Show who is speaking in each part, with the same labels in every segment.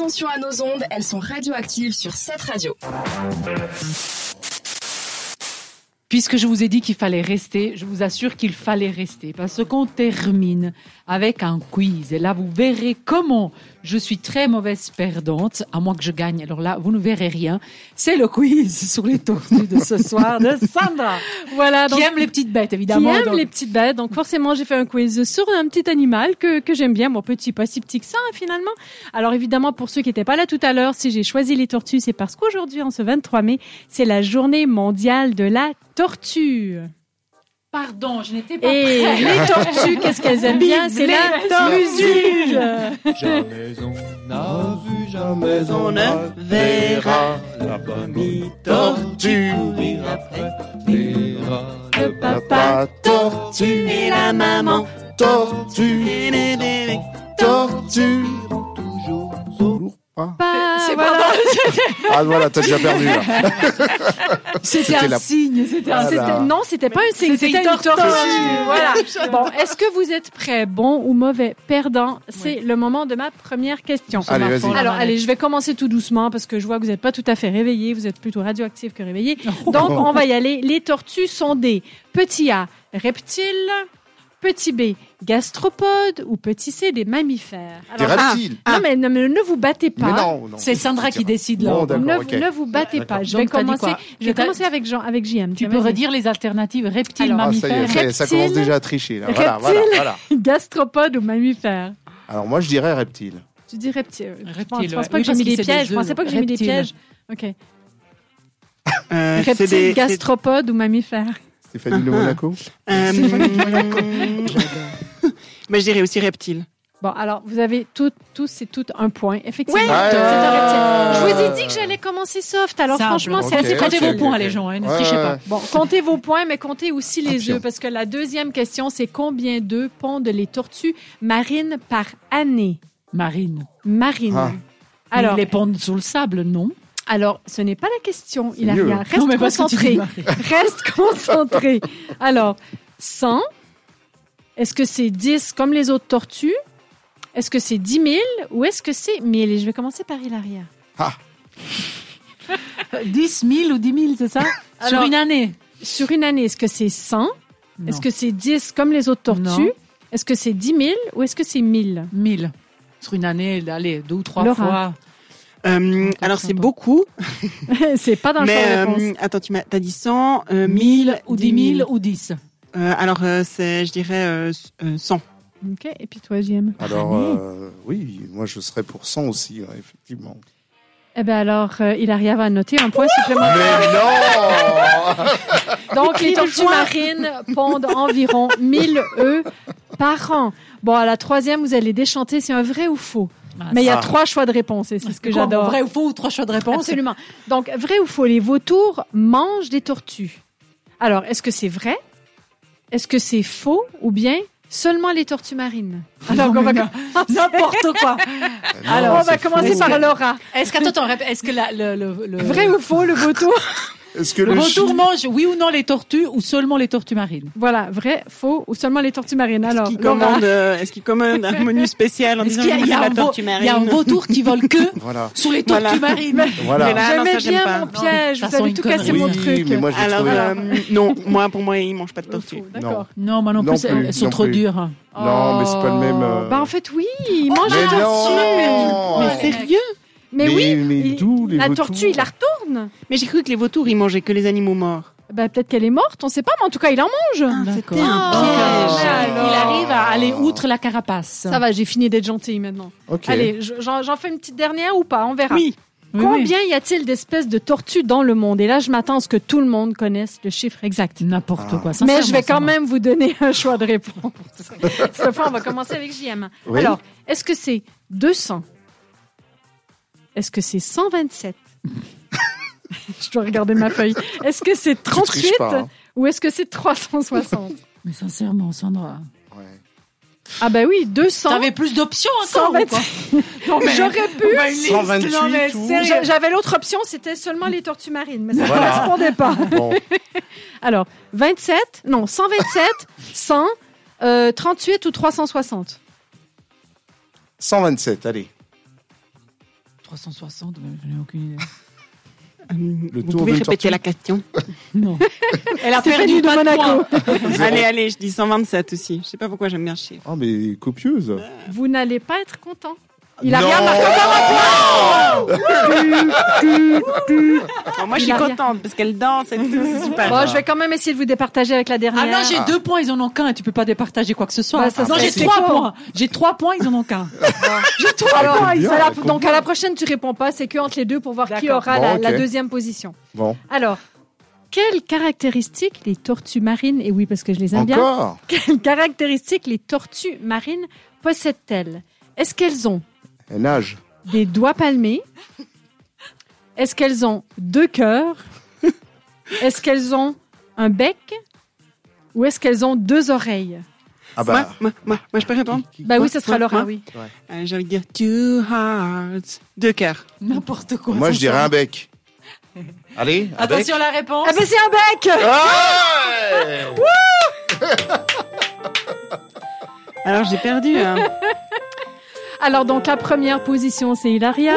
Speaker 1: attention à nos ondes, elles sont radioactives sur cette radio.
Speaker 2: Puisque je vous ai dit qu'il fallait rester, je vous assure qu'il fallait rester parce qu'on termine avec un quiz. Et là, vous verrez comment je suis très mauvaise perdante, à moins que je gagne. Alors là, vous ne verrez rien. C'est le quiz sur les tortues de ce soir de Sandra.
Speaker 3: Voilà, donc,
Speaker 2: qui aime les petites bêtes, évidemment.
Speaker 3: Qui aime
Speaker 2: donc.
Speaker 3: les petites bêtes. Donc forcément, j'ai fait un quiz sur un petit animal que, que j'aime bien, mon petit, pas si petit que ça, hein, finalement. Alors évidemment, pour ceux qui n'étaient pas là tout à l'heure, si j'ai choisi les tortues, c'est parce qu'aujourd'hui, en ce 23 mai, c'est la journée mondiale de la tortue.
Speaker 2: Pardon, je n'étais pas
Speaker 3: Et
Speaker 2: prête.
Speaker 3: les tortues, qu'est-ce qu'elles aiment bien C'est la tortue
Speaker 4: Jamais on n'a vu, jamais
Speaker 5: on ne verra
Speaker 4: la bonne
Speaker 5: tortue
Speaker 4: courir après les rats.
Speaker 3: Le papa
Speaker 5: tortue et la maman tortue et les bébés tortue
Speaker 4: Toujours au
Speaker 3: C'est
Speaker 6: Ah voilà, t'as déjà perdu là.
Speaker 2: C'était un
Speaker 6: C'était la-
Speaker 2: signe, c'était un
Speaker 6: Ah,
Speaker 2: signe.
Speaker 6: là.
Speaker 3: C'était- Non, c'était pas un signe,
Speaker 2: C'était
Speaker 3: c'était
Speaker 2: une
Speaker 3: une tortue.
Speaker 2: tortue.
Speaker 3: Voilà. Bon, est-ce que vous êtes prêts, bon ou mauvais perdant C'est le moment de ma première question.
Speaker 6: Allez, vas-y.
Speaker 2: smartphone.
Speaker 3: Alors, allez, je vais commencer tout doucement parce que je vois que vous n'êtes pas tout à fait réveillé, vous êtes plutôt radioactif que réveillé. Donc,
Speaker 6: Oh.
Speaker 3: on va y aller. Les tortues sont des petits A, reptiles, petit B, gastropodes ou petit C, des mammifères.
Speaker 6: Des
Speaker 3: Alors, ah,
Speaker 6: reptiles.
Speaker 3: non, mais, non, mais ne vous battez pas.
Speaker 6: Mais non, non.
Speaker 2: C'est Sandra qui décide là.
Speaker 6: Non, d'accord.
Speaker 3: Ne,
Speaker 6: ok.
Speaker 3: ne vous battez pas. Je vais
Speaker 2: Donc, t'as dit
Speaker 3: commencer,
Speaker 2: quoi
Speaker 3: je vais
Speaker 2: T'as-
Speaker 3: commencer avec, Jean, avec JM.
Speaker 2: Tu
Speaker 3: Tiens,
Speaker 2: peux
Speaker 3: vas-y.
Speaker 2: redire les alternatives reptiles,
Speaker 3: Alors,
Speaker 6: Ah, ça y est,
Speaker 2: mammifères.
Speaker 6: ça, y est, ça commence
Speaker 3: Reptile.
Speaker 6: déjà à tricher. Là. Voilà, voilà,
Speaker 3: Reptile.
Speaker 6: voilà.
Speaker 3: Gastropode ou mammifère
Speaker 6: Alors moi, je dirais reptile.
Speaker 3: Tu dis reptile. Je pense,
Speaker 2: Reptile,
Speaker 3: je pense
Speaker 2: ouais.
Speaker 3: pas
Speaker 2: Oui,
Speaker 3: que j'ai
Speaker 2: parce
Speaker 3: mis
Speaker 2: qu'il
Speaker 3: des
Speaker 2: sait des
Speaker 3: pièges. Je
Speaker 2: œufs.
Speaker 3: pensais pas que j'ai mis des
Speaker 2: Reptile.
Speaker 3: pièges. Ok.
Speaker 5: Euh, c'est
Speaker 3: Reptile,
Speaker 5: des-
Speaker 3: gastropode ou mammifère
Speaker 6: Stéphanie
Speaker 3: Ah,
Speaker 6: de Monaco
Speaker 5: c'est- euh, Mais je dirais aussi reptile.
Speaker 3: Bon, alors, vous avez toutes, tous et toutes un point. Effectivement,
Speaker 6: Ouais.
Speaker 3: c'est un reptile. Je vous ai dit que
Speaker 6: Ah.
Speaker 3: j'allais commencer soft. Alors,
Speaker 2: Simple.
Speaker 3: franchement, c'est
Speaker 6: Ok,
Speaker 3: assez
Speaker 2: Comptez
Speaker 6: ok,
Speaker 2: vos
Speaker 6: ok,
Speaker 2: points,
Speaker 6: ok.
Speaker 2: les gens, hein, ne
Speaker 6: Ouais,
Speaker 2: trichez
Speaker 6: ouais,
Speaker 2: pas.
Speaker 6: ouais.
Speaker 3: Bon, comptez vos points, mais comptez aussi les
Speaker 6: Attention.
Speaker 3: œufs, parce que la deuxième question, c'est combien d'œufs pondent les tortues marines par année
Speaker 2: Marine,
Speaker 3: Marines.
Speaker 6: Ah.
Speaker 2: alors,
Speaker 3: Alors,
Speaker 2: les pondent sous le sable, non
Speaker 3: alors, ce n'est pas la question, il a
Speaker 6: mieux. hein.
Speaker 3: rien. Reste
Speaker 2: Non, mais parce que tu dis
Speaker 3: concentré.
Speaker 2: Marine.
Speaker 3: Reste concentré. Alors, 100, est-ce que c'est 10 comme les autres tortues? Est-ce que c'est 10 000 ou est-ce que c'est 1000? Et je vais commencer par Hilaria.
Speaker 2: 10 000 ou 10 000, c'est ça Sur
Speaker 3: Alors-
Speaker 2: une année
Speaker 3: Sur une année, est-ce que c'est 100? Est-ce
Speaker 2: Non.
Speaker 3: que c'est 10 comme les autres tortues?
Speaker 2: Non.
Speaker 3: Est-ce que c'est 10 000 ou est-ce que c'est 1000?
Speaker 2: 1000. Sur une année, allez, deux ou trois
Speaker 3: Laura.
Speaker 2: fois.
Speaker 5: Euh, alors c'est beaucoup,
Speaker 3: c'est pas dans le
Speaker 5: mais
Speaker 3: champ de réponse.
Speaker 5: euh, attends, tu m'as, t'as dit 100, euh,
Speaker 2: 1000
Speaker 5: 1000
Speaker 2: ou 10 000 ou 10.
Speaker 5: Euh, alors euh, c'est, je dirais euh, s- euh, 100.
Speaker 3: OK, et puis toi, JM.
Speaker 6: Alors
Speaker 2: Ah, mais-
Speaker 6: euh, oui, moi je serais pour 100 aussi, ouais, effectivement.
Speaker 3: Eh bien, alors, euh, Hilaria va noter un point supplémentaire.
Speaker 6: Mais non
Speaker 3: Donc, les tortues marines pondent environ 1000 œufs par an. Bon, à la troisième, vous allez déchanter, c'est un vrai ou faux. Mais il y a
Speaker 6: Ah.
Speaker 3: trois choix de réponse, et c'est ce que
Speaker 2: Quoi,
Speaker 3: j'adore.
Speaker 2: Vrai ou faux ou trois choix de réponse
Speaker 3: Absolument. Donc, vrai ou faux, les vautours mangent des tortues. Alors, est-ce que c'est vrai? Est-ce que c'est faux? Ou bien seulement les tortues marines? Alors,
Speaker 2: Non,
Speaker 3: on va,
Speaker 2: mais non. N'importe quoi.
Speaker 3: alors, on va commencer
Speaker 2: faux.
Speaker 3: par Laura.
Speaker 2: Est-ce que, attends, attends, est-ce que la- le, le- le-
Speaker 3: Vrai ou faux, le vautour?
Speaker 6: Est-ce que
Speaker 2: le
Speaker 6: le,
Speaker 2: vautour mange, oui ou non, les tortues ou seulement les tortues marines
Speaker 3: Voilà, vrai, faux ou seulement les tortues marines.
Speaker 5: Est-ce
Speaker 3: Alors,
Speaker 5: qu'il
Speaker 3: Laura,
Speaker 5: commande, euh, est-ce qu'il commande un menu spécial en
Speaker 2: Est-ce
Speaker 5: disant
Speaker 2: qu'il y a-
Speaker 5: oui,
Speaker 2: il y a
Speaker 5: c'est
Speaker 2: un
Speaker 5: la
Speaker 2: veau-
Speaker 5: tortue
Speaker 2: Il y a un
Speaker 5: marine
Speaker 2: vautour qui vole que
Speaker 6: Voilà,
Speaker 2: sur les tortues
Speaker 5: Voilà.
Speaker 2: marines.
Speaker 6: voilà.
Speaker 5: Mais là- Ah, non,
Speaker 3: j'aimais
Speaker 5: ça, j'aime
Speaker 3: bien
Speaker 5: pas.
Speaker 3: mon
Speaker 2: Non,
Speaker 3: piège.
Speaker 2: ça
Speaker 3: Vous avez
Speaker 2: sent
Speaker 3: tout
Speaker 2: une
Speaker 3: cassé
Speaker 2: connerie.
Speaker 3: mon
Speaker 6: Oui,
Speaker 3: truc.
Speaker 6: mais moi j'ai
Speaker 5: Alors
Speaker 6: trouvé.
Speaker 5: euh, non, moi pour moi il mange pas de
Speaker 3: Le
Speaker 5: tortue.
Speaker 3: faux, D'accord.
Speaker 2: Non, moi non
Speaker 6: Non
Speaker 2: plus,
Speaker 6: plus,
Speaker 2: elles sont
Speaker 6: non
Speaker 2: trop
Speaker 6: plus.
Speaker 2: dures. hein.
Speaker 6: Non, mais c'est pas le même, euh,
Speaker 3: Bah, en fait, oui, il mange
Speaker 6: mais
Speaker 3: la
Speaker 6: non
Speaker 3: tortue.
Speaker 6: Mais
Speaker 5: Mais sérieux
Speaker 3: Mais, oui,
Speaker 6: mais
Speaker 3: il-
Speaker 6: d'où les
Speaker 3: la
Speaker 6: vautours
Speaker 3: tortue, il la retourne.
Speaker 5: Mais j'ai cru que les vautours ils mangeaient que les animaux morts.
Speaker 3: Bah, peut-être qu'elle est morte, on sait pas, mais en tout cas, il en mange.
Speaker 2: D'accord.
Speaker 5: c'était un
Speaker 2: Oh,
Speaker 5: piège.
Speaker 2: mais
Speaker 3: Alors.
Speaker 2: Il arrive à aller outre la carapace.
Speaker 3: Ça va, j'ai fini d'être gentille maintenant.
Speaker 6: Ok.
Speaker 3: Allez, je- j'en j'en fais une petite dernière ou pas, on verra.
Speaker 5: Oui.
Speaker 2: Oui, oui.
Speaker 3: Combien y a-t-il d'espèces de tortues dans le monde Et là, je m'attends à ce que tout le monde connaisse le chiffre exact.
Speaker 2: N'importe quoi.
Speaker 3: Mais
Speaker 2: sincèrement,
Speaker 3: je vais
Speaker 2: ça
Speaker 3: quand
Speaker 2: m'a-
Speaker 3: même vous donner un choix de réponse. Cette fois, on va commencer avec JM.
Speaker 6: Oui.
Speaker 3: Alors, est-ce que c'est 200 Est-ce que c'est 127 Je dois regarder ma feuille. Est-ce que c'est
Speaker 6: Tu
Speaker 3: 38
Speaker 6: triches pas. hein.
Speaker 3: ou est-ce que c'est 360
Speaker 2: Mais sincèrement, Sandra.
Speaker 6: Ouais.
Speaker 3: Ah ben oui, 200.
Speaker 2: T'avais plus d'options encore ou quoi Non, mais-
Speaker 3: J'aurais pu.
Speaker 2: On va une liste.
Speaker 6: 128
Speaker 2: Non, mais
Speaker 6: ou-
Speaker 2: sérieux.
Speaker 3: J'a- J'avais l'autre option, c'était seulement les tortues marines, mais ça ne
Speaker 6: Voilà.
Speaker 3: correspondait pas.
Speaker 6: Bon,
Speaker 3: Alors, 27, non, 127, 100, euh, 38 ou 360
Speaker 6: 127, allez.
Speaker 2: 360, je n'ai aucune idée.
Speaker 6: Le
Speaker 5: Vous
Speaker 6: tour
Speaker 5: pouvez
Speaker 6: de
Speaker 5: répéter
Speaker 6: tortue.
Speaker 5: la question
Speaker 2: Non.
Speaker 5: Elle a
Speaker 3: C'est perdu de
Speaker 5: pas
Speaker 3: Monaco.
Speaker 5: points. allez, allez, je dis 127 aussi. Je sais pas pourquoi j'aime bien ce chiffre.
Speaker 6: Ah, mais copieuse.
Speaker 3: Vous n'allez pas être content. Il a
Speaker 6: Non.
Speaker 3: rien marqué comme un point.
Speaker 5: Bon, moi, je suis
Speaker 3: Il a rien.
Speaker 5: contente parce qu'elle danse et tout, c'est super.
Speaker 3: Bon, je vais quand même essayer de vous départager avec la dernière.
Speaker 2: Ah non, j'ai deux points, ils en ont qu'un. Tu peux pas départager quoi que ce soit.
Speaker 3: Bah, ça
Speaker 2: non,
Speaker 3: serait
Speaker 2: j'ai
Speaker 3: assez
Speaker 2: trois
Speaker 3: court.
Speaker 2: points. J'ai trois points, ils en ont qu'un.
Speaker 3: J'ai tout. Alors,
Speaker 6: compte bien,
Speaker 3: à la-
Speaker 6: elle compte
Speaker 3: donc à la prochaine, tu réponds pas. C'est que entre les deux pour voir qui
Speaker 2: D'accord.
Speaker 3: aura
Speaker 6: Bon,
Speaker 3: la,
Speaker 6: ok.
Speaker 3: la deuxième position.
Speaker 6: Bon,
Speaker 3: Alors, quelles caractéristiques les tortues marines Et oui, parce que je les aime bien.
Speaker 6: encore
Speaker 3: Quelles caractéristiques les tortues marines possèdent-elles Est-ce qu'elles ont
Speaker 6: Elle nage.
Speaker 3: des doigts palmés Est-ce qu'elles ont deux cœurs Est-ce qu'elles ont un bec Ou est-ce qu'elles ont deux oreilles
Speaker 6: Ah
Speaker 5: Moi,
Speaker 6: bah.
Speaker 5: moi, moi, moi, je peux répondre
Speaker 3: Bah oui, ça sera
Speaker 5: Ouais,
Speaker 3: Laura,
Speaker 5: ouais.
Speaker 3: oui.
Speaker 5: Euh, J'ai envie de dire two hearts. Deux cœurs.
Speaker 2: N'importe quoi.
Speaker 6: Moi, je
Speaker 2: sincèrement.
Speaker 6: dirais un bec. Allez, un bec.
Speaker 2: Attention à la réponse.
Speaker 3: Ah bah c'est un bec
Speaker 6: Ah
Speaker 5: Alors, j'ai perdu. hein.
Speaker 3: Alors donc la première position c'est Hilaria.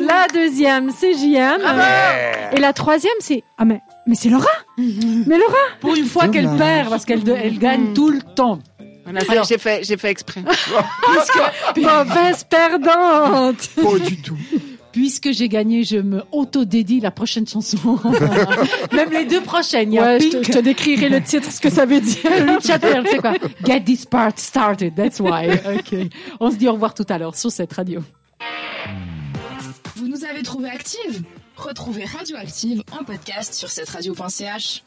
Speaker 3: La deuxième c'est JM. Et la troisième c'est... Ah mais, mais c'est Laura Mais Laura
Speaker 2: Pour une fois qu'elle
Speaker 6: Dommage.
Speaker 2: perd, parce qu'elle elle
Speaker 3: Hmm.
Speaker 2: gagne tout le temps.
Speaker 5: Voilà, ça,
Speaker 2: Alors.
Speaker 5: Ah, j'ai fait, j'ai fait exprès.
Speaker 3: Mauvaise perdante
Speaker 6: Pas du tout.
Speaker 2: Puisque j'ai gagné, je me auto-dédie la prochaine chanson. Même les deux prochaines. Il y a
Speaker 3: Ouais, je te,
Speaker 2: Pink.
Speaker 3: je te décrirai le titre, ce que ça veut dire.
Speaker 2: Chatterl, c'est quoi Get this part started, that's why. Ok. On se dit au revoir tout à l'heure sur cette radio.
Speaker 1: Vous nous avez trouvé active Retrouvez Radioactive en podcast sur cette radio.ch.